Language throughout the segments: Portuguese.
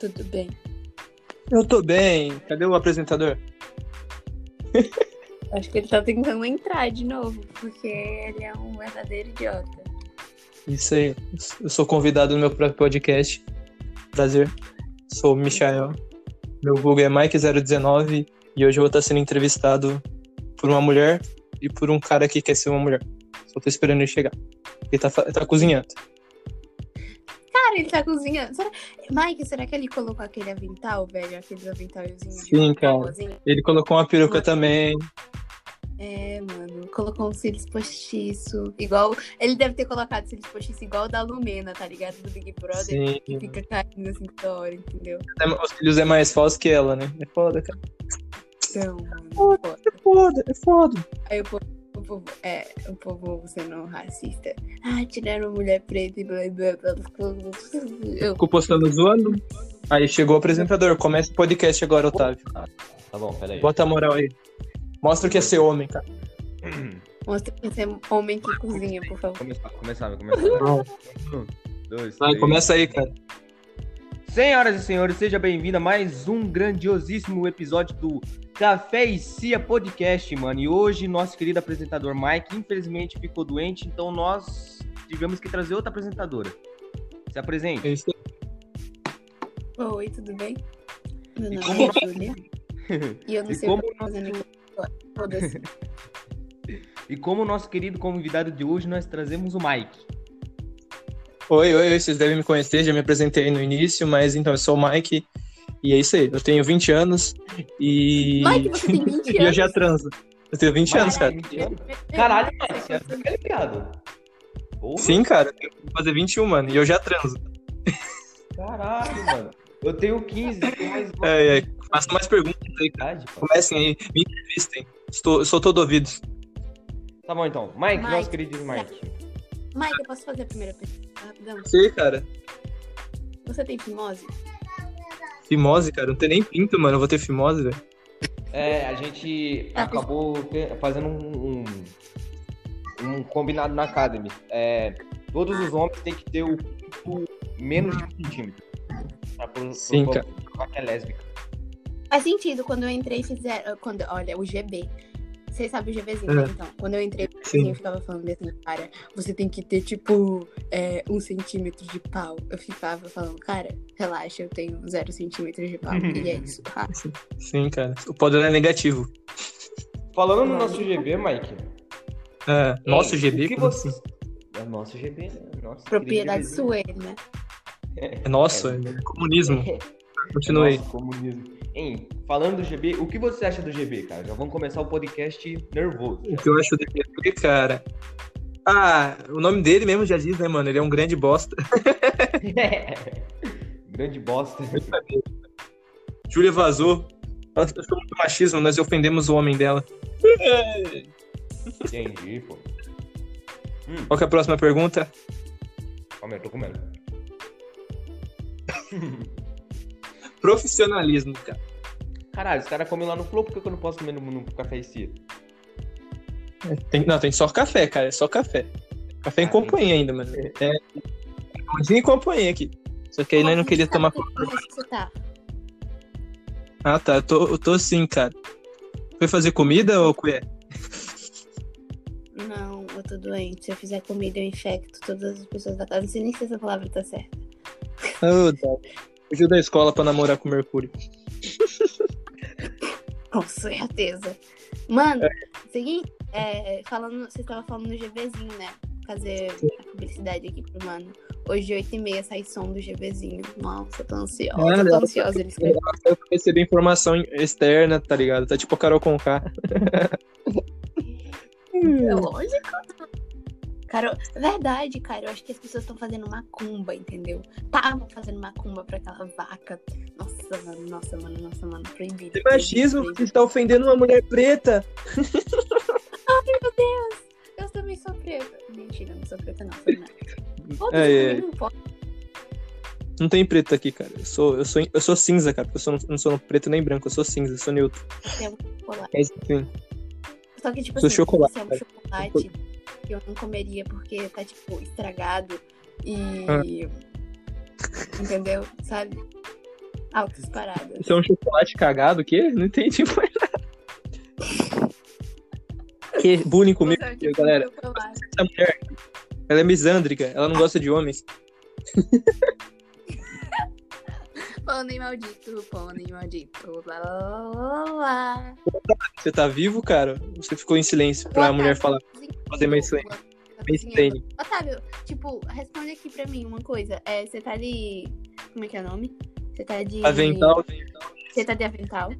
Tudo bem. Eu tô bem. Cadê o apresentador? Acho que ele tá tentando entrar de novo, porque ele é um verdadeiro idiota. Isso aí. Eu sou convidado no meu próprio podcast. Prazer. Sou o Michael. Meu vulgo é Mike019 e hoje eu vou estar sendo entrevistado por uma mulher e por um cara que quer ser uma mulher. Só tô esperando ele chegar. Ele tá, fa- tá cozinhando. Cara, ele tá cozinhando. Será... Mike, será que ele colocou aquele avental, velho? Aqueles aventalzinhos de Sim, cara. rosinha? Ele colocou uma peruca também. É, mano. Colocou um cílios postiço. Igual. Ele deve ter colocado cílios postiço igual o da Lumena, tá ligado? Do Big Brother. Sim. Que fica caindo assim toda hora, entendeu? Os filhos é mais falso que ela, né? É foda, cara. Então, mano. pô. É foda, é foda. Aí o povo, o povo, é, o povo sendo racista. Ah, tiraram mulher preta e blá blá blá. blá. Eu, Ficou postando zoando. Aí chegou o apresentador. Começa o podcast agora, Otávio. Tá bom, peraí. Bota a moral aí. Mostra o que é ser homem, cara. mostra que você é homem que cozinha, por favor. Começar, começar, vai começar. Um, dois, Vai, três. começa aí, cara. Senhoras e senhores, seja bem-vindo a mais um grandiosíssimo episódio do Café e Cia Podcast, mano. E hoje nosso querido apresentador Mike, infelizmente, ficou doente, então nós tivemos que trazer outra apresentadora. Se apresente. É isso aí. Oi, tudo bem? Meu E nome como- é Júlia. E eu não E sei o que como eu tô fazendo aqui. Foda-se. E como nosso querido convidado de hoje, nós trazemos o Mike. Oi, oi, oi, vocês devem me conhecer, já me apresentei no início, mas então eu sou o Mike. E é isso aí, eu tenho 20 anos e. Mike, você tem 20 e eu anos. já transo. Eu tenho 20 anos, cara. Caralho, mano, você é aquele piado. Porra. Sim, cara, eu vou fazer 21 anos e eu já transo. Caralho, mano. Eu tenho 15, tenho mais É, é, façam mais perguntas aí, cara. idade, mano. Comecem aí, me entrevistem. Estou, sou todo ouvido. Tá bom então. Mike, Mike, nosso querido Mike. Mike, eu posso fazer a primeira pergunta rapidão? Sei, cara. Você tem fimose? Fimose, cara, não tem nem pinto, mano, eu vou ter fimose, velho. É, a gente Tá, acabou te- fazendo um, um, um combinado na Academy. É, todos os homens têm que ter o pinto menos de um centímetro. Pra pro, Sim, cara. provar que é lésbica. Faz sentido, quando eu entrei fizeram. Quando, olha, o GB. Vocês sabem o GBzinho, É. né? Então, quando eu entrei, assim, eu ficava falando desse cara, você tem que ter, tipo, é, um centímetro de pau. Eu ficava falando, cara, relaxa, eu tenho zero centímetros de pau. e é isso. Ah, Sim, cara. O poder é negativo. Falando no nosso GB, Mike. É, nosso ei, GB, o que como você... assim? É o nosso GB, né? Nosso propriedade querido sua, né? É nosso, é comunismo. GB. Continue aí. Nosso comunismo. Hein, falando do GB, o que você acha do GB, cara? Já vamos começar o podcast nervoso. O que eu acho do DPP, cara. Ah, o nome dele mesmo já diz, né, mano? Ele é um grande bosta. Grande bosta. Júlia vazou. Nós somos muito machismo, nós ofendemos o homem dela. Entendi, pô. Hum, Qual que é a próxima pergunta? calma aí, eu tô comendo. Profissionalismo, cara. Caralho, os caras comem lá no Flow, por que que eu não posso comer no, no café em si? Tem- não, tem só café, cara. É só café. Café em Ah, companhia ainda, mano. É. Um dia em companhia aqui. Só que aí nós não queria tomar. Você tá. Ah, tá. Eu tô, eu tô sim, cara. Foi fazer comida ou que é? Não, eu tô doente. Se eu fizer comida, eu infecto todas as pessoas da casa. Não sei nem se essa palavra tá certa. Oh, Fugiu da escola pra namorar com o Mercúrio. Com certeza. Mano, seguinte, é, falando, você tava falando no GBzinho, né? Fazer a publicidade aqui pro mano. Hoje, 8h30, sai som do GBzinho. Nossa, eu tô ansiosa. Ah, eu não. tô ansiosa. Eles... Eu recebi informação externa, tá ligado? Tá tipo a Carol Conká. Hum. É lógico. Cara, eu- verdade, cara. Eu acho que as pessoas estão fazendo macumba, entendeu? Estavam fazendo macumba pra aquela vaca. Nossa, mano, nossa, mano, nossa, mano. Proibido. De proibido, machismo, proibido. você está ofendendo uma mulher preta. Eu também sou preta. Mentira, não sou preta, não. Sou branca. Foda-se, Ai, também ai. não importa. Não tem preto aqui, cara. Eu sou, eu sou, eu sou cinza, cara. Porque eu sou, não sou preto nem branco, eu sou cinza, eu sou neutro. Você é um chocolate. Mas enfim, Só que, tipo Sou assim, chocolate, você é um cara. chocolate que eu não comeria porque tá, tipo, Ah. estragado e. Entendeu? Sabe? Altas paradas. Isso é um chocolate cagado, o quê? Não entendi mais nada. Que bullying comigo, galera. Essa mulher, ela é misândrica, ela não gosta de homens. Pônei maldito, pônei maldito. Lá, lá, lá, lá, lá. Você tá vivo, cara? Você ficou em silêncio pra Otávio, mulher falar, fazer mais cozinha. silêncio. mais treino. Otávio, tipo, responde aqui pra mim uma coisa. É, Você tá de. Como é que é o nome? Você tá de. Avental, Você tá de avental?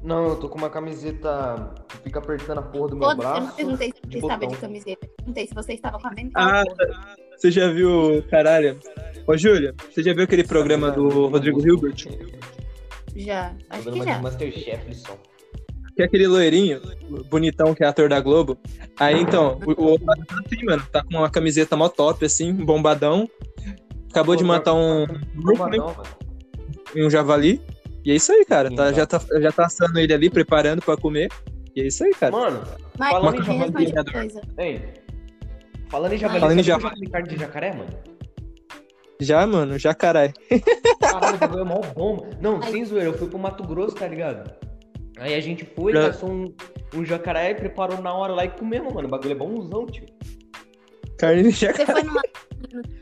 Não, eu tô com uma camiseta que fica apertando a porra do meu Foda-se, eu não braço. perguntei se você de estava de botão. camiseta. Eu Perguntei se você estava com avental. Ah, pô. Você já viu, caralho? Ô, Júlia, você já viu aquele programa do Rodrigo Hilbert? Já. Acho que Programa Tá de já. Masterchef, Lisson. Que é aquele loirinho, bonitão, que é ator da Globo. Aí, então, o, o Otávio tá assim, mano. Tá com uma camiseta mó top, assim, bombadão. Acabou de tá matar um, Brooklyn, Bombadão, mano. um javali. E é isso aí, cara. Tá, já, tá, já tá assando ele ali, preparando pra comer. E é isso aí, cara. Mano, Mas Falando em me javali, responde uma vereador. coisa. hein? Falando em javali, Falando em sabe que eu javali. já comi carne de jacaré, mano? Já, mano, já, caralho. Caralho, o bagulho é mó bom. Não, Ai. sem zoeira, eu fui pro Mato Grosso, tá ligado? Aí a gente foi, Pra- passou um, um jacaré e preparou na hora lá e comemos, mano. O bagulho é bonzão, tio. Carne de jacaré. Você foi numa.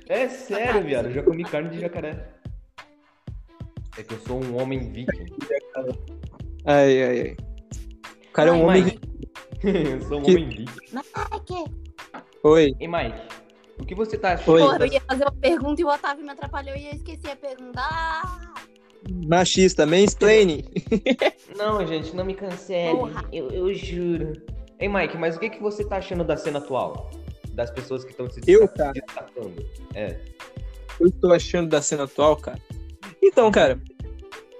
É sério, viado. Eu já comi carne de jacaré. É que eu sou um homem viking. Ai, ai, ai. O cara é um Ai, homem. mãe. eu sou um Que- homem viking. Ai, que. Oi. E Mike, o que você tá Oi. Porra, achando? eu ia fazer uma pergunta e o Otávio me atrapalhou e eu esqueci a pergunta. Ah, Machista, mansplaining. Não, gente, não me cancele. Porra. Eu, eu juro. Ei, Mike, mas o que, que você tá achando da cena atual? Das pessoas que estão se Eu, cara. destacando. eu tô achando da cena atual, cara? Então, cara,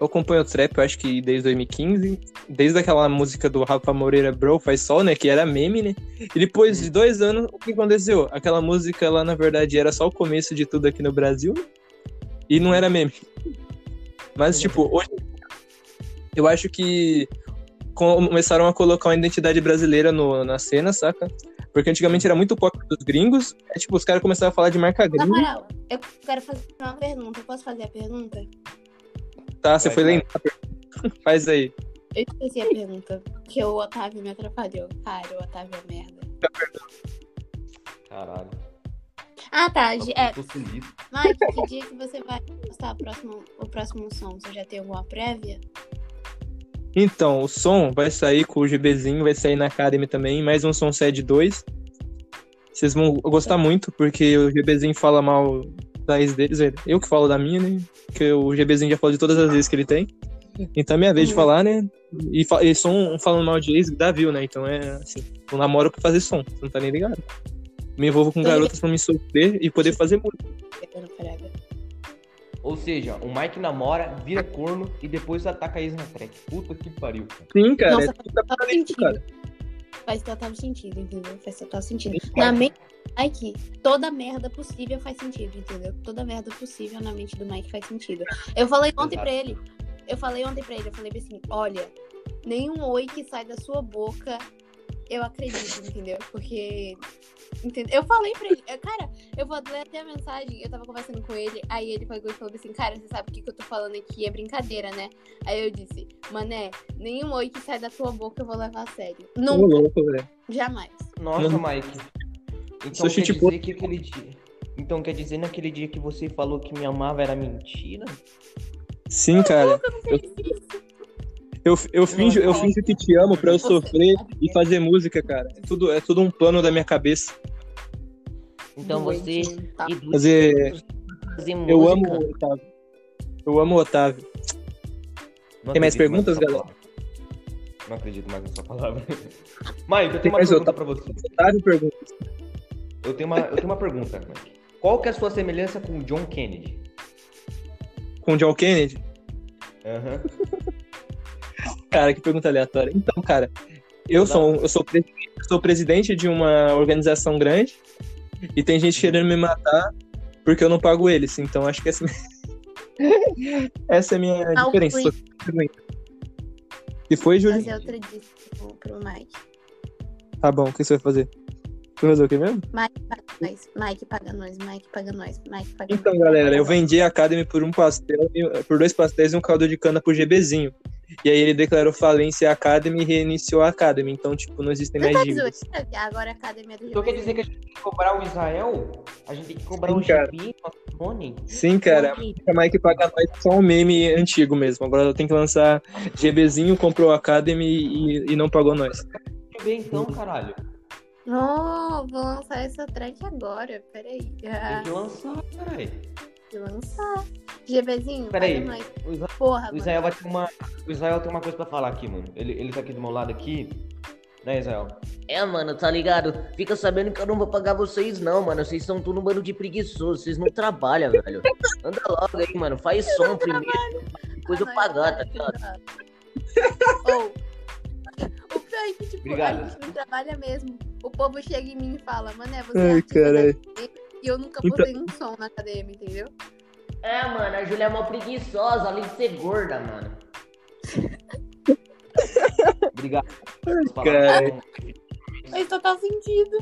eu acompanho o trap, eu acho que desde 2015, desde aquela música do Rafa Moreira Bro Faz Sol, né, que era meme, né? E depois de dois anos, o que aconteceu? Aquela música lá, na verdade, era só o começo de tudo aqui no Brasil, né? e não era meme. Mas, tipo, hoje, eu acho que começaram a colocar uma identidade brasileira no- na cena, saca? Porque antigamente era muito pop dos gringos, é tipo, os caras começaram a falar de marca na gringa, moral, eu quero fazer uma pergunta. Eu Posso fazer a pergunta? tá? Você Vai, foi vai. lembrar. Faz aí. Eu esqueci a pergunta. Que o Otávio me atrapalhou. Cara, o Otávio é merda. Caralho. Ah, tá. Gi- É, Eu tô feliz. Mike, que dia que você vai postar a próxima- o próximo som? Você já tem alguma prévia? Então, o som vai sair com o GBzinho, vai sair na Academy também, mais um som Sed 2. Vocês vão gostar muito, porque o GBzinho fala mal da ex deles, velho. Eu que falo da minha, né? Porque o GBzinho já falou de todas as vezes que ele tem. Então é minha vez de Uhum. falar, né? E, fa e som falando mal de ex dá view, né? Então é assim, eu namoro pra fazer som, você não tá nem ligado. Me envolvo com Tô garotas pra me sofrer e poder fazer música. Eu não prévia. Ou seja, o Mike namora, vira corno e depois ataca a ex na track. Puta que pariu. cara. Sim, cara. Nossa, é tudo tá total pra isso, cara. sentido. Faz total sentido, entendeu? Faz total sentido. Na mente do Mike, toda merda possível faz sentido, entendeu? Toda merda possível na mente do Mike faz sentido. Eu falei ontem Exato. pra ele, eu falei ontem pra ele, eu falei assim, olha, nenhum oi que sai da sua boca, eu acredito, entendeu? Porque. Entendeu? Eu falei pra ele, eu- cara, eu vou ler até a mensagem, eu tava conversando com ele, aí ele pegou e falou assim, cara, você sabe o que, que eu tô falando aqui, é brincadeira, né? Aí eu disse, mané, nenhum oi que sai da tua boca eu vou levar a sério. Ô, Nunca, louco, velho. jamais. Nossa, Não. Mike. Então Sou quer chitipo- dizer que aquele dia... Então quer dizer naquele dia que você falou que me amava era mentira? Sim, cara. Eu, eu, eu, finjo, eu Nossa. finjo que te amo pra eu Você- sofrer e fazer música, cara. É tudo, é tudo um plano da minha cabeça. Então você Doidinho, tá. Fazer. fazer Ah, é, Eu música. amo o Otávio. Eu amo o Otávio. Não Tem mais acredito mais perguntas, nessa galera? palavra. Não acredito mais nessa palavra. Tem Mike, eu tenho uma mais pergunta outra? pra você. Otávio pergunta. Eu tenho uma, eu tenho uma pergunta, Mike. Qual que é a sua semelhança com o John Kennedy? Com o John Kennedy? Aham. Cara, que pergunta aleatória. Então, cara, eu sou, um, eu sou, pre- eu sou presidente de uma organização grande e tem gente querendo me matar porque eu não pago eles. Então, acho que essa, essa é a minha Ah, o diferença. Queen. E foi, Júlio? Fazer outra dica é pro, pro Mike. Tá bom, o que você vai fazer? Você fazer o quê mesmo? Nós, Mike paga nós, Mike paga nós, Mike paga nós. Então, galera, eu vendi a Academy por um pastel, e- por dois pastéis e um caldo de cana pro GBzinho. E aí ele declarou falência à Academy e reiniciou a Academy. Então, tipo, não existem Não mais tá dívidas. zoando, agora a academia do Então quer dizer Giovanni. que a gente tem que cobrar o Israel? A gente tem que cobrar Sim, o cara. Gibi, o Tony? Sim, cara. Tony, A Mike paga nós é só um meme antigo mesmo. Agora ela tem que lançar GBzinho, comprou a Academy e, e não pagou nós. tudo bem então, caralho. Não, vou lançar essa track agora, peraí. Tem Ah, que lançar, caralho. vou lançar. GBzinho, Peraí. paga nós. O Israel, Porra, o mano. Israel vai ter uma. O Israel tem uma coisa pra falar aqui, mano. Ele, ele tá aqui do meu lado aqui. Né, Israel? É, mano, tá ligado? Fica sabendo que eu não vou pagar vocês, não, mano. Vocês são tudo um bando de preguiçosos. Vocês não trabalham, velho. Anda logo aí, mano. Faz som primeiro. Depois eu Nós pagar, tá vai ligado? ajudar. Ou. O pior é que, tipo, Obrigado. a gente não trabalha mesmo. O povo chega em mim e fala, mané, você é Ai, artista da caralho. academia", E eu nunca Então- botei um som na academia, entendeu? É, mano, a Júlia é mó preguiçosa, além de ser gorda, mano. Obrigado. cara. Faz total sentido.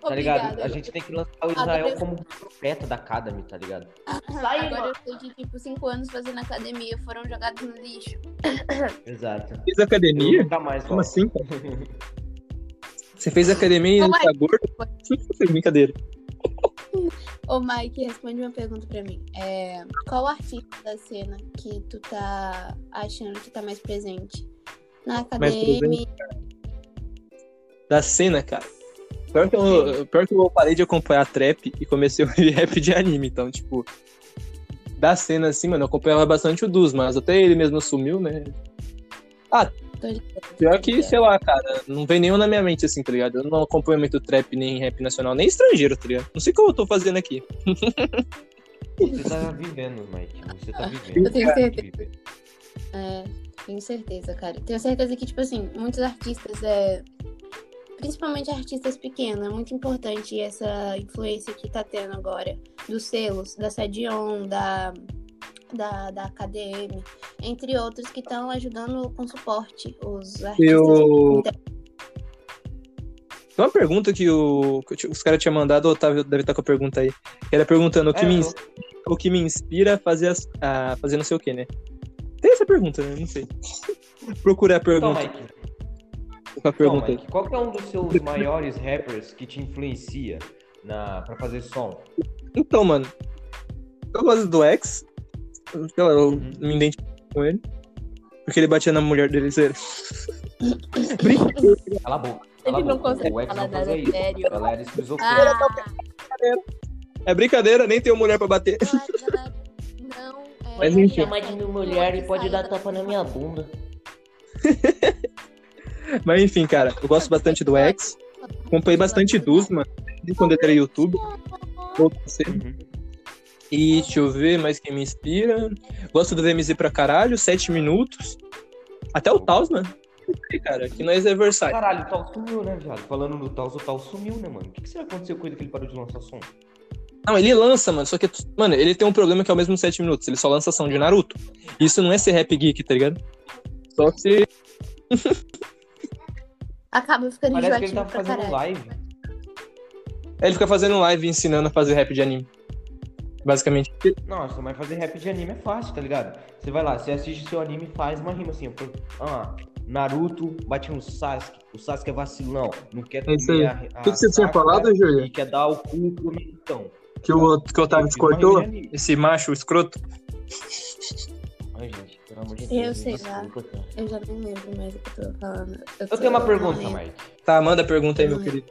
Tá ligado? A gente tem que lançar o Israel beleza. como profeta da Academy, tá ligado? Sai, Agora eu sei que, tipo, cinco anos fazendo academia foram jogados no lixo. Exato. Fez academia? Nunca mais, Como volto. assim, cara? Você fez academia e não Como é? tá gordo? Brincadeira. Ô, Mike, responde uma pergunta pra mim. É, qual artista da cena que tu tá achando que tá mais presente? Na Mais presente? academia, Da cena, cara. Pior que, eu, pior que eu parei de acompanhar trap e comecei a ouvir rap de anime. Então, tipo, da cena, assim, mano, eu acompanhava bastante o Dus, mas até ele mesmo sumiu, né? tô ligado. Pior que, sei lá, cara, não vem nenhum na minha mente, assim, tá ligado? Eu não acompanho muito trap, nem rap nacional, nem estrangeiro, tá ligado? Não sei o que eu tô fazendo aqui. Você tá vivendo, Mike. Você tá vivendo. Eu tenho certeza. Vive. É, tenho certeza, cara. Tenho certeza que, tipo assim, muitos artistas, é, principalmente artistas pequenos, é muito importante essa influência que tá tendo agora dos selos, da Sedion, da, da, da KDM, entre outros que estão ajudando com suporte os artistas. Eu. Tem uma pergunta que, o, que eu ti- os caras tinham mandado, o Otávio deve estar com a pergunta aí. Ele perguntando o que, É, me, eu- ins- o que me inspira a fazer, as- a fazer não sei o que, né? Tem essa pergunta, né? Não sei. Procurei a Então, pergunta. Mike, com a então, pergunta. Mike, qual que é um dos seus maiores rappers que te influencia na, pra fazer som? Então, mano, eu gosto do ex. Eu, sei lá, eu Uhum. me identifico com ele. Porque ele batia na mulher dele, É sério. Brincadeira, Cala a boca. Ele Cala a não boca. consegue o ex falar é não nada fazia isso. tá sério. Ela era esquizofrênica. Ah, É brincadeira, nem tenho mulher pra bater. agora não. É, Mas enfim. Chamar de minha mulher e pode dar tapa na minha bunda. Mas enfim, cara, eu gosto bastante do ex. Acompanhei bastante dos, mano. desde Quando eu era YouTube. ou Ah. você. Uhum. E deixa eu ver mais quem me inspira. Gosto do VMZ pra caralho, 7 minutos. Até o Taos, mano. Cara, que nós é Versailles. Caralho, o Tal sumiu, né, viado? Falando no Taus, o Tal sumiu, né, mano? O que, que será que aconteceu com ele que ele parou de lançar som? Não, ele lança, mano. Só que, mano, ele tem um problema que é o mesmo 7 minutos. Ele só lança ação de Naruto. Isso não é ser rap geek, tá ligado? Só se. Acaba ficando Parece que ele enjoativo tava pra fazendo caralho. live. Ele fica fazendo live ensinando a fazer rap de anime. Basicamente. Nossa, mas fazer rap de anime é fácil, tá ligado? Você vai lá, você assiste seu anime e faz uma rima assim, ó. por- Ah, Naruto bate no Sasuke. O Sasuke é vacilão. Não quer É isso aí. comer a, a O que que você tinha Sakura falado, Júlia? Tá, E quer é dar o cu pro Naruto. Que o, que o Otávio Ele fez te uma cortou, rima de anime. esse macho escroto. Ai, gente, pelo amor de Eu Deus. sei gente, lá. desculpa, cara. Eu já nem lembro mais o que eu tô falando. tô- Eu tenho uma não pergunta, lembro. Mike. Tá, manda a pergunta aí, meu querido.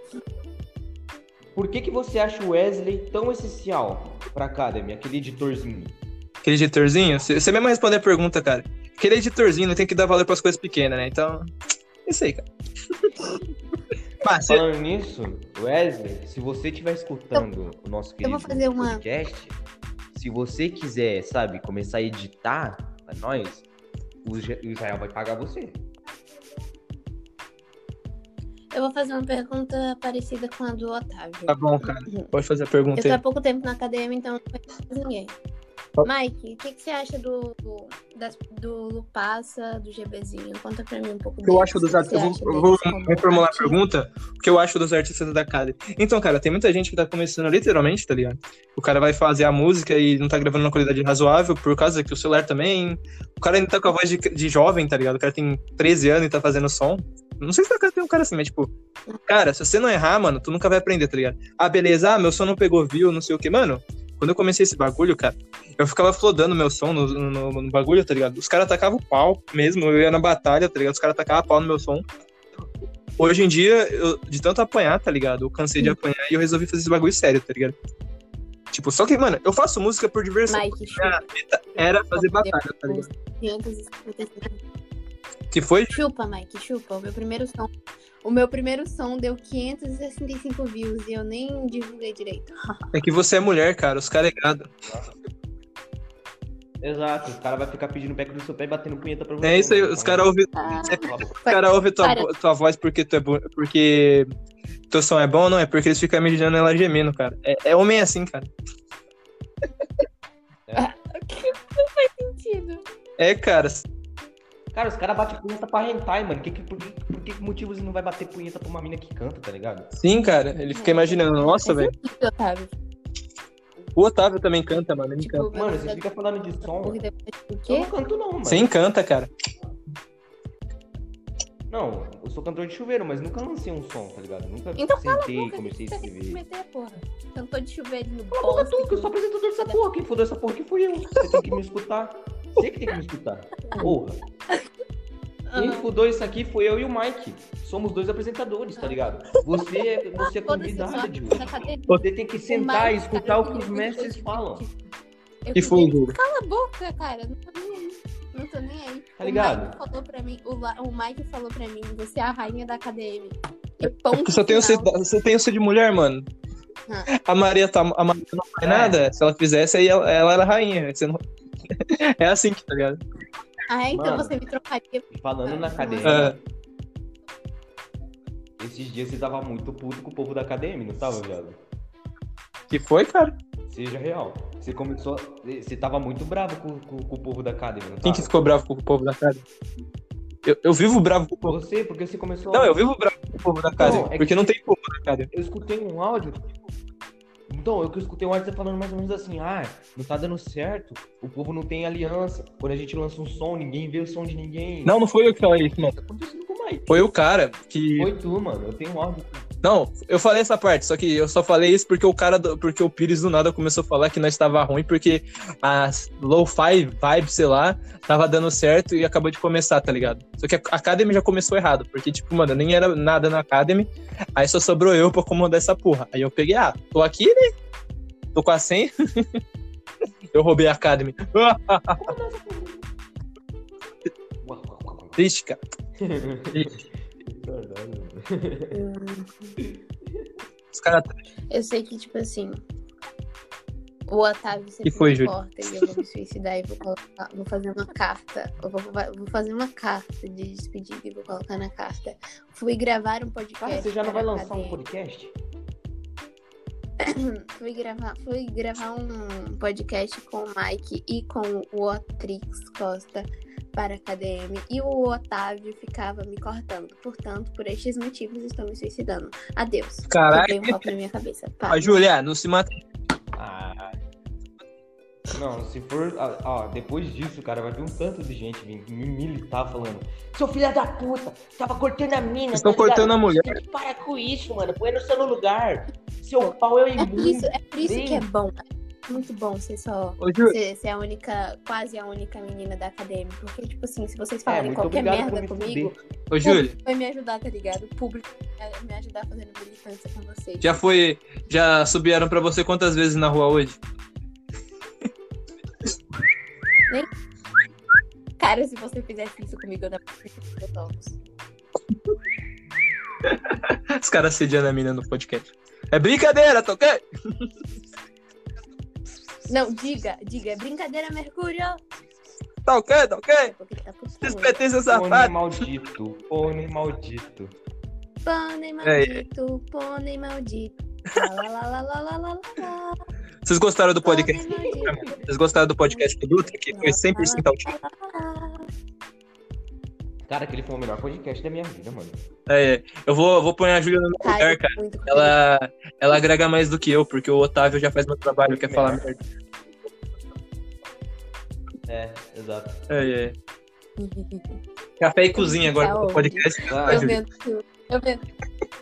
Por que, que você acha o Wesley tão essencial pra Academy, aquele editorzinho? Aquele editorzinho? Você você mesmo responder a pergunta, cara. Aquele editorzinho não tem que dar valor pras coisas pequenas, né? Então, é isso aí, cara. Mas, cê- Falando nisso, Wesley, se você estiver escutando o nosso querido vou fazer uma- podcast, se você quiser, sabe, começar a editar pra nós, o Ja- o Israel vai pagar você. Eu vou fazer uma pergunta parecida com a do Otávio. tá bom, tá cara. Pode fazer a pergunta Eu tô há aí. pouco tempo na academia, então não conheço ninguém. Tá. Mike, o que, que você acha do, do, das- do Lupassa, do GBzinho? Conta pra mim um pouco O que eu deles, acho dos que artistas. você Eu acha vou, eu deles vou como reformular a artista? pergunta. O que eu acho dos artistas da Kali? Então, cara, tem muita gente que tá começando literalmente, tá ligado? O cara vai fazer a música e não tá gravando uma qualidade razoável por causa que o celular também. O cara ainda tá com a voz de, de jovem, tá ligado? O cara tem 13 anos e tá fazendo som. Não sei se tá- tem um cara assim, mas tipo, cara, se você não errar, mano, tu nunca vai aprender, tá ligado? Ah, beleza, ah, meu som não pegou view, não sei o que. Mano, quando eu comecei esse bagulho, cara, eu ficava flodando meu som no, no- no bagulho, tá ligado? Os caras tacavam pau mesmo, eu ia na batalha, tá ligado? Os caras tacavam pau no meu som. Hoje em dia, eu- de tanto apanhar, tá ligado? Eu cansei de apanhar e eu resolvi fazer esse bagulho sério, tá ligado? Tipo, só que, mano, eu faço música por diversão. Mike, chupa. Era fazer batalha, tá ligado? 555. Que foi? Chupa, Mike, chupa. O meu primeiro som. O meu primeiro som deu 565 views e eu nem divulguei direito. É que você é mulher, cara. Os caras é gado. Exato, o cara vai ficar pedindo pé no seu pé e batendo punheta pra você. É isso aí, mano. os caras ouvem Ah, os cara ouve tua, Para. vo- tua voz porque tu é bo- porque teu som é bom, não? É porque eles ficam mediando ela gemendo, cara. É, é homem assim, cara. sentido. É, cara. Cara, os caras batem punheta pra hentai, mano. Que, que- por, que, por que motivo você não vai bater punheta pra uma mina que canta, tá ligado? Sim, cara. Ele fica imaginando, nossa, É velho. sentido, Otávio. O Otávio também canta, mano. Ele canta. Tipo, Mano, você fica falando de som. Porque depois- O Eu quê? não canto, não, mano. Sim, canta, cara. Não, eu sou cantor de chuveiro, mas nunca lancei um som, tá ligado? Nunca Então sentei e Porra, comecei a você tem que escrever. meter, porra. Cantor de chuveirinho, Porra, bosta. tu, que eu sou apresentador dessa porra. Quem fodeu essa porra aqui fui eu. Você tem que me escutar. Você que tem que me escutar. Porra. Quem Ah, fudou isso aqui foi eu e o Mike. Somos dois apresentadores, tá ligado? Você, é- foda-se, você é eu convidado, sou Diogo. da academia. Você tem que sentar e Mas, escutar cara, o que os eu mestres queria- falam, Eu Que foi, queria- Júlio? Cala a boca, cara. Não tô nem aí. Não tô nem aí. tá ligado? O Mike falou pra mim, o, La- o Mike falou pra mim, você é a rainha da academia. É, E ponto Porque só tem o final. ser, só tem o ser de mulher, mano. assim, Ah. É. A Maria, tá, a Maria não faz nada. Se ela fizesse, aí ela, ela era rainha. Você não- É assim, tá ligado? Ah, então Mano. você me trocaria. Falando Ah. na É. academia. Esses dias você tava muito puto com o povo da academia, não tava, viado? Que foi, cara? Seja real. Você começou. Você tava muito bravo com, com- com o povo da academia, Quem não Ah. tava? que ficou bravo com o povo da cara? Eu, eu vivo bravo com o povo. Você, porque você começou. Não, eu vivo bravo com o povo da cara. Não, é que- porque não tem povo na cara. Eu escutei um áudio. Então, eu que escutei um áudio você falando mais ou menos assim, ah, não tá dando certo, o povo não tem aliança. Quando a gente lança um som, ninguém vê o som de ninguém. Não, não foi eu que falei isso, mano. Tá acontecendo com o Mike. Foi o cara que. Foi tu, mano. Eu tenho um áudio. Não, eu falei essa parte, só que eu só falei isso porque o cara, do- porque o Pires do nada começou a falar que nós estava ruim, porque as low-fi vibe, sei lá, tava dando certo e acabou de começar, tá ligado? Só que a Academy já começou errado, porque, tipo, mano, nem era nada na Academy, aí só sobrou eu pra comandar essa porra. Aí eu peguei, ah, tô aqui, né? Tô com a senha. eu roubei a Academy. Ah, Uau, uau, uau, uau. Triste, cara. Retardado, mano. É, Os tá- caras. Eu sei que, tipo assim, o Otávio sempre Que foi, me Júlio? corta e eu vou me suicidar e vou, colocar- vou fazer uma carta. Eu vou, vou fazer uma carta de despedida e vou colocar na carta. Fui gravar um podcast. Cara, você já não vai para a lançar um cadeia. podcast? Fui gravar, fui gravar um podcast com o Mike e com o Otrix Costa para a KDM e o Otávio ficava me cortando. Portanto, por estes motivos, estou me suicidando. Adeus. Caralho. Dei um copo na minha cabeça. Pá. Mas, Julia, não se mata. Ah. Não, se for. ah, Ó, depois disso, cara, vai vir um tanto de gente vir me militar falando. "É, Seu filho da puta, tava cortando a mina. Vocês tá estão cortando a mulher. Tem que parar com isso, mano. Põe no seu lugar. Seu pau é É por imundo. isso, é por isso que é bom. É muito bom ser só. Ô, Ju, Ser, ser a única, quase a única menina da KDM. Porque, tipo assim, se vocês É, falarem muito qualquer obrigado por merda me comigo, fuder. ô, Júlia. vai me ajudar, tá ligado? O público vai me ajudar fazendo militância com vocês. Já foi. Já subiram pra você quantas vezes na rua hoje? Cara, se você fizesse isso comigo, eu dava pra ovos. Os caras sediando a mina no podcast. É brincadeira, tá ok? Não, diga, diga. É brincadeira, Mercúrio? Tá ok, tá ok? Porque ele tá Vocês puxando. pertencem Pônei safado. maldito, pônei maldito. Pônei É, é. maldito, pônei maldito. Lá, lá, lá, lá, lá, lá, lá, lá. Vocês gostaram Tá do podcast? Vocês gostaram do podcast do Dutra, que foi 100% autista? Cara, aquele foi o melhor podcast da minha vida, mano. É, eu vou, eu vou pôr a Júlia no Tá, meu lugar, cara. Ela, ela agrega mais do que eu, porque o Otávio já faz meu trabalho, quer falar merda. É, exato. É, é. Café e cozinha agora Tá no onde? podcast. Ah, Eu Júlia. vendo. Eu vendo.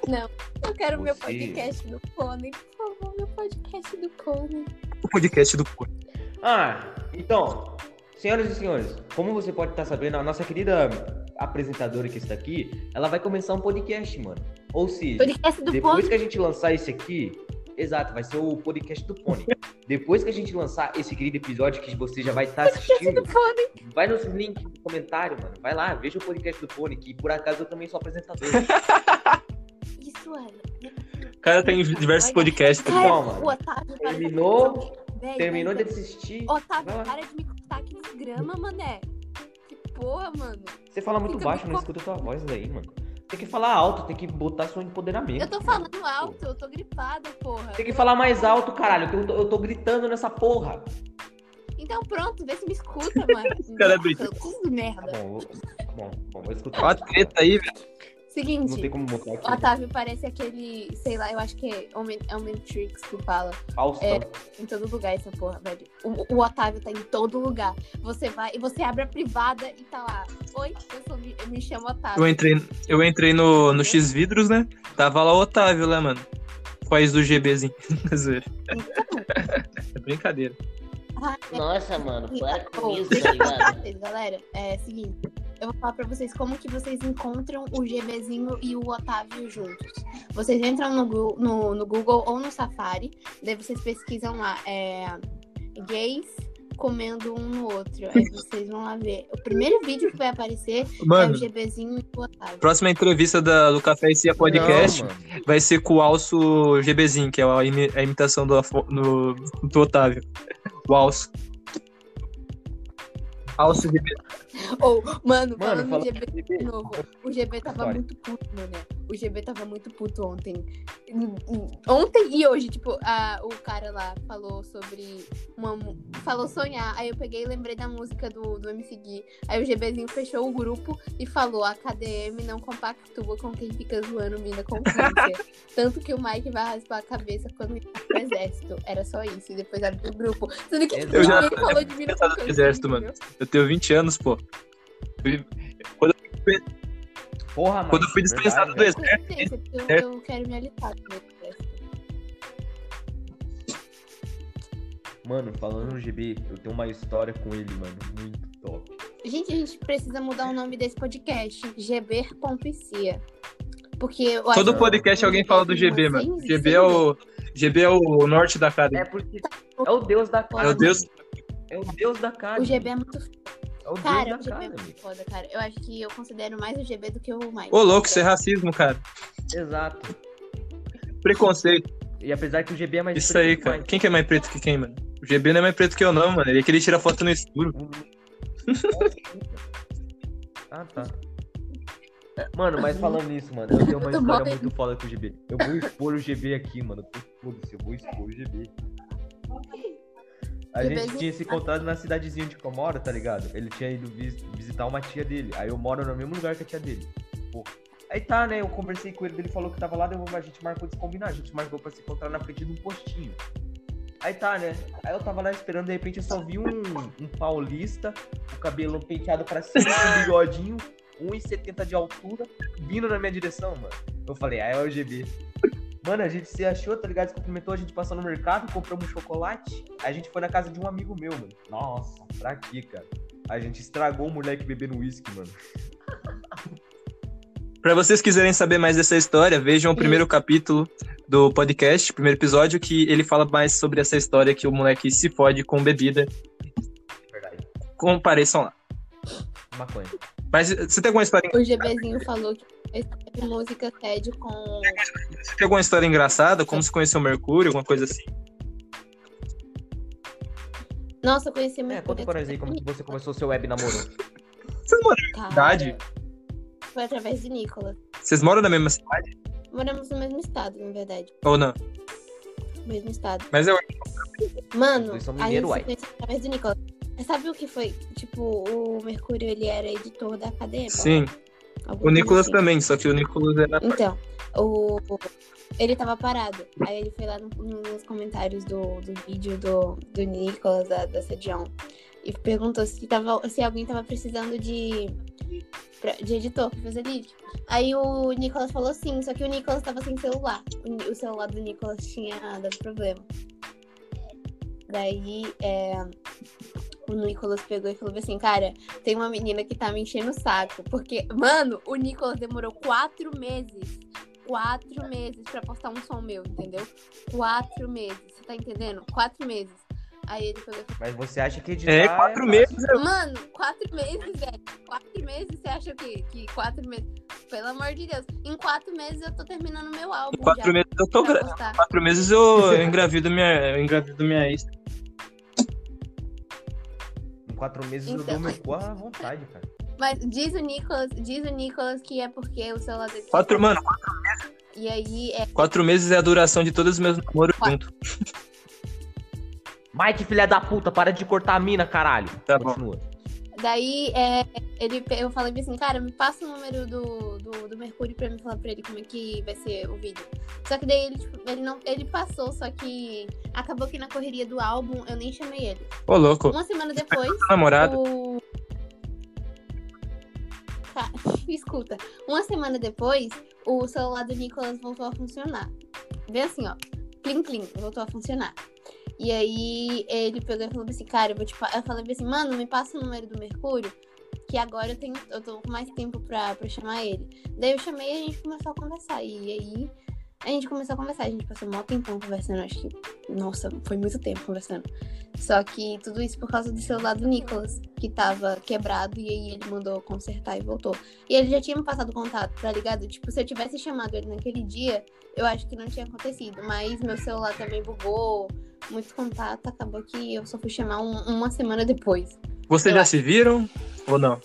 Não, eu quero meu Você- podcast do Cone. Por favor, meu podcast do Cone. O podcast do Pô. Ah, então, senhoras e senhores, como você pode estar sabendo, a nossa querida apresentadora que está aqui, ela vai começar um podcast, mano. Ou seja, Podcast do depois Cone. que a gente lançar esse aqui, exato, vai ser o podcast do Pony. depois que a gente lançar esse querido episódio que você já vai estar Podcast tá assistindo, do Cone. vai nos link no comentário, mano. Vai lá, veja o podcast do Pony, que por acaso eu também sou apresentador. Isso é. O cara tem diversos podcasts. tá Ai, ligado? Bom, mano. o Otávio. para de Terminou- me cortar. Véi, Terminou de véi, assistir. véi. Otávio, Vai lá. para de me cortar que desgrama, mané. Que porra, mano. Você fala muito Fica baixo, me não escuta tua voz aí, mano. Tem que falar alto, tem que botar seu empoderamento. Eu tô falando alto, eu tô gripada, porra. Tem que falar mais alto, caralho, que eu tô, eu tô gritando nessa porra. Então pronto, vê se me escuta, mano. cara merda, é doido. tudo Tá merda. bom, eu- tá bom, bom, vou escutar. Ó a treta aí, velho. Seguinte. Não tem como botar O aqui. Otávio parece aquele, sei lá, eu acho que é Homem, Homem Tricks que fala Faustão. é. em todo lugar essa porra, velho. O, o Otávio tá em todo lugar. Você vai e você abre a privada e tá lá. Oi, eu, sou, eu me chamo Otávio. Eu entrei, eu entrei no, no X Vidros, né? Tava lá o Otávio lá, mano. Faz do GBzinho. Zoeira. é brincadeira. Ah, é. Nossa, mano, para com Oh, isso, deixa tá eu falar pra ligado? vocês, galera. É seguinte, eu vou falar pra vocês como que vocês encontram o GBzinho e o Otávio juntos. Vocês entram no, Gu- no, no Google ou no Safari, daí vocês pesquisam lá, é, gays comendo um no outro. Aí vocês vão lá ver. O primeiro vídeo que vai aparecer é o Mano, GBzinho e o Otávio. próxima entrevista da, do Café e Cia Podcast Não, mano. vai ser com o Alço GBzinho, que é a, imi- a imitação do, Afo- no- do Otávio. O Alço. Alço GB. Ou, mano, Mano, falando no fala- GB de novo. O GB tava Sorry. muito puto, mano. O GB tava muito puto ontem. Ontem e hoje, tipo, a, o cara lá falou sobre uma. mu- Falou sonhar. Aí eu peguei e lembrei da música do, do MC Gui. Aí o GBzinho fechou o grupo e falou: a KDM não compactua com quem fica zoando mina com câncer. Tanto que o Mike vai raspar a cabeça quando ele tá pro exército. Era só isso. E depois abriu o grupo. Sendo que Exato. ninguém Eu já- falou de mina eu com tava no câncer. tá exército, mano. entendeu? Eu tenho 20 anos, pô. Porra, mano. Quando eu fui dispensado do verdade, exército, Eu, eu quero me alistar no exército. velho. Mano, falando no GB, eu tenho uma história com ele, mano, muito top. Gente, a gente precisa mudar o nome desse podcast. GB.cia. Porque eu acho todo que podcast o alguém fala do tem GB, umas mano. seis, GB é o, GB é o norte da É cara. porque é o deus da cara. Meu Deus, É o deus da cara. O GB é muito foda. É o deus Cara, da o GB é cara, muito amigo. foda, cara. Eu acho que eu considero mais o GB do que o Mike. ô louco, isso é racismo, cara. Exato. Preconceito. E apesar que o GB é mais Isso preto aí, que o cara. Mike. Quem que é mais preto que quem, mano? O GB não é mais preto que eu, não, mano. Ele é que ele tira foto no escuro. Ah, tá. Mano, mas falando nisso, mano, eu tenho uma Muito história bom, hein? muito foda com o GB. Eu vou expor o GB aqui, mano. Foda-se, eu vou expor o GB. A gente GBzinho. tinha se encontrado na cidadezinha onde que eu moro, tá ligado? Ele tinha ido vis- visitar uma tia dele. Aí eu moro no mesmo lugar que a tia dele. Pô. Aí tá, né? Eu conversei com ele, ele falou que tava lá, daí a gente marcou de se combinar. A gente marcou pra se encontrar na frente de um postinho. Aí tá, né? Aí eu tava lá esperando, de repente eu só vi um, um paulista, o cabelo penteado pra cima, com um bigodinho, 1,70 de altura, vindo na minha direção, mano. Eu falei, ah, é o GB. Mano, a gente se achou, tá ligado? Se cumprimentou, a gente passou no mercado, compramos um chocolate. A gente foi na casa de um amigo meu, mano. Nossa, pra quê, cara? A gente estragou o moleque bebendo uísque, mano. Pra vocês quiserem saber mais dessa história, vejam o primeiro capítulo do podcast, primeiro episódio, que ele fala mais sobre essa história que o moleque se fode com bebida. Verdade. Compareçam lá. Maconha. Mas eh, você tem alguma história, O GBzinho falou que escreve música tédio com. você tem alguma história engraçada? Como se conheceu o Mercúrio, alguma coisa assim? Nossa, eu conheci É, muito. conta pra nós aí como que você começou seu web namoro. Vocês moram, Verdade. Foi através do Nicolas. vocês moram na mesma cidade Moramos no mesmo estado, na verdade. ou não? mesmo estado. Mas eu. Mano, Vocês são a gente mineiro, se uai. conheceu através do Nicolas. Mas Sabe o que foi? Tipo, o Mercúrio, ele era editor da academia. É, Sim. alguma O coisa Nicolas assim. também, só que o Nicolas era. Então, o... ele tava parado. Aí ele foi lá no- nos comentários do, do vídeo do, do Nicolas, da, da Sedion, e perguntou se, tava, se alguém tava precisando de, pra- de editor pra fazer vídeo. Aí o Nicolas falou sim, só que o Nicolas tava sem celular. O, Ni- o celular do Nicolas tinha dado problema. Daí é, o Nicolas pegou e falou assim, cara, tem uma menina que tá me enchendo o saco. Porque, mano, o Nicolas demorou quatro meses. Quatro meses pra postar um som meu, entendeu? Quatro meses. Você tá entendendo? Quatro meses. Aí ele pegou e falou, assim, Mas você acha que editar. É, quatro fácil? meses. eu- mano, quatro meses, velho. Quatro meses, você acha o quê? Que quatro meses. Pelo amor de Deus. Em quatro meses eu tô terminando meu álbum. Em quatro já, meses eu tô pra gra... postar. Quatro meses eu eu engravido minha, eu engravido minha ex. Em quatro meses eu Então. dou meu cu à vontade, cara. Mas diz o Nicolas, diz o Nicolas que é porque o celular dele. tá- Quatro, mano, E aí é. quatro meses é a duração de todos os meus namoros Quatro. juntos. Mike, filha da puta, para de cortar a mina, caralho. Tá bom. Continua. Daí é, ele, pe- eu falei pra ele assim, cara, me passa o número do, do, do Mercúrio pra me falar pra ele como é que vai ser o vídeo. Só que daí ele, tipo, ele não. Ele passou, só que acabou que na correria do álbum eu nem chamei ele. Ô, louco, Uma semana depois. namorado. O... Tá, escuta. Uma semana depois, o celular do Nicolas voltou a funcionar. Vê assim, ó. Plim, plim. Voltou a funcionar. E aí, ele pegou e falou assim, cara, eu vou te... pa- Eu falei assim, mano, me passa o número do Mercúrio, que agora eu, tenho... eu tô com mais tempo pra... pra chamar ele. Daí eu chamei e a gente começou a conversar. E aí, a gente começou a conversar. A gente passou um maior tempão conversando. Acho que, nossa, foi muito tempo conversando. Só que tudo isso por causa do celular do Nicolas, que tava quebrado e aí ele mandou consertar e voltou. E ele já tinha me passado o contato, tá ligado? Tipo, se eu tivesse chamado ele naquele dia, eu acho que não tinha acontecido. Mas meu celular também bugou, muito contato, acabou que eu só fui chamar um- uma semana depois. Vocês eu já acho. se viram ou não?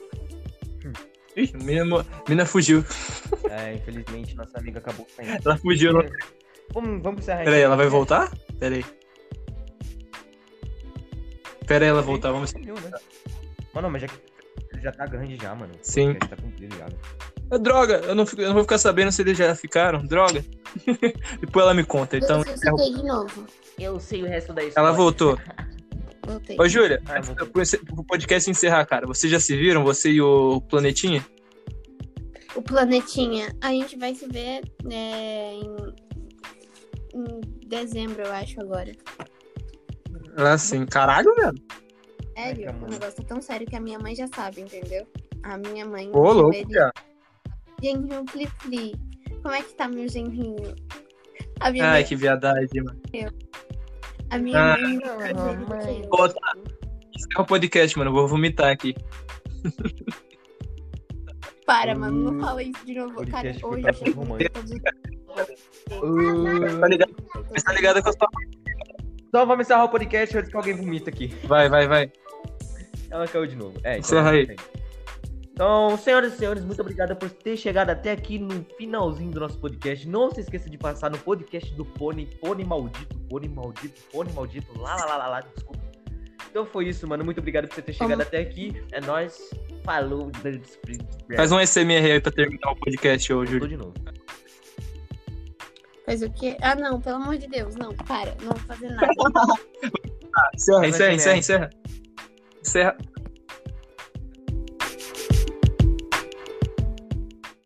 Ixi, mina, mo- mina fugiu. É, infelizmente, nossa amiga acabou saindo. Ela fugiu. não- Vamos, vamos encerrar É, Pera aí, então. ela vai voltar? Pera aí. Pera aí, É. ela voltar, vamos. Entendeu, né? Mano, mas já que ele já tá grande já, mano. Sim. Já tá cumprido já. Ah, Droga, eu não, fico- eu não vou ficar sabendo se eles já ficaram. Droga. Depois ela me conta. Então, eu citei de novo. Eu sei o resto da história. ela voltou. Voltei. Ô, Júlia, Ah, voltou. pro ence- pro podcast encerrar, cara. Vocês já se viram? Você e o Planetinha? O Planetinha, a gente vai se ver é, em, em dezembro, eu acho, agora. Ah, sim. Caralho, velho. Sério, Ai, que o amor. negócio é tão sério que a minha mãe já sabe, entendeu? A minha mãe. Ô, louco, ele- cara. Genrinho Fli Fli. Como é que tá meu genrinho? A minha Ai, mãe. que viadagem, mano. A minha Ah. mãe. Não, mãe. Ô, tá. Encerra o podcast, mano. Eu vou vomitar aqui. Para, mano, não fala isso de novo. Cara, Hum. Podcast hoje foi pra eu romântico. Uh. Tá ligado? Você tá ligado com a sua Então vamos encerrar o podcast antes que alguém vomita aqui. Vai, vai, vai. Ela caiu de novo. É, Encerra aí. Então, senhoras e senhores, muito obrigado por ter chegado até aqui no finalzinho do nosso podcast. Não se esqueça de passar no podcast do Pony, Pony Maldito, Pony Maldito, Pony Maldito, lá, lá, lá, lá, lá, desculpa. Então foi isso, mano. Muito obrigado por você ter chegado até aqui. É nóis. Falou. É. Faz um SMR aí pra terminar o podcast, ô, Júlia. Voltou de novo. Faz o quê? Ah, não, pelo amor de Deus, não, para, não vou fazer nada. Encerra, Faz encerra, SMR. encerra, encerra. Encerra.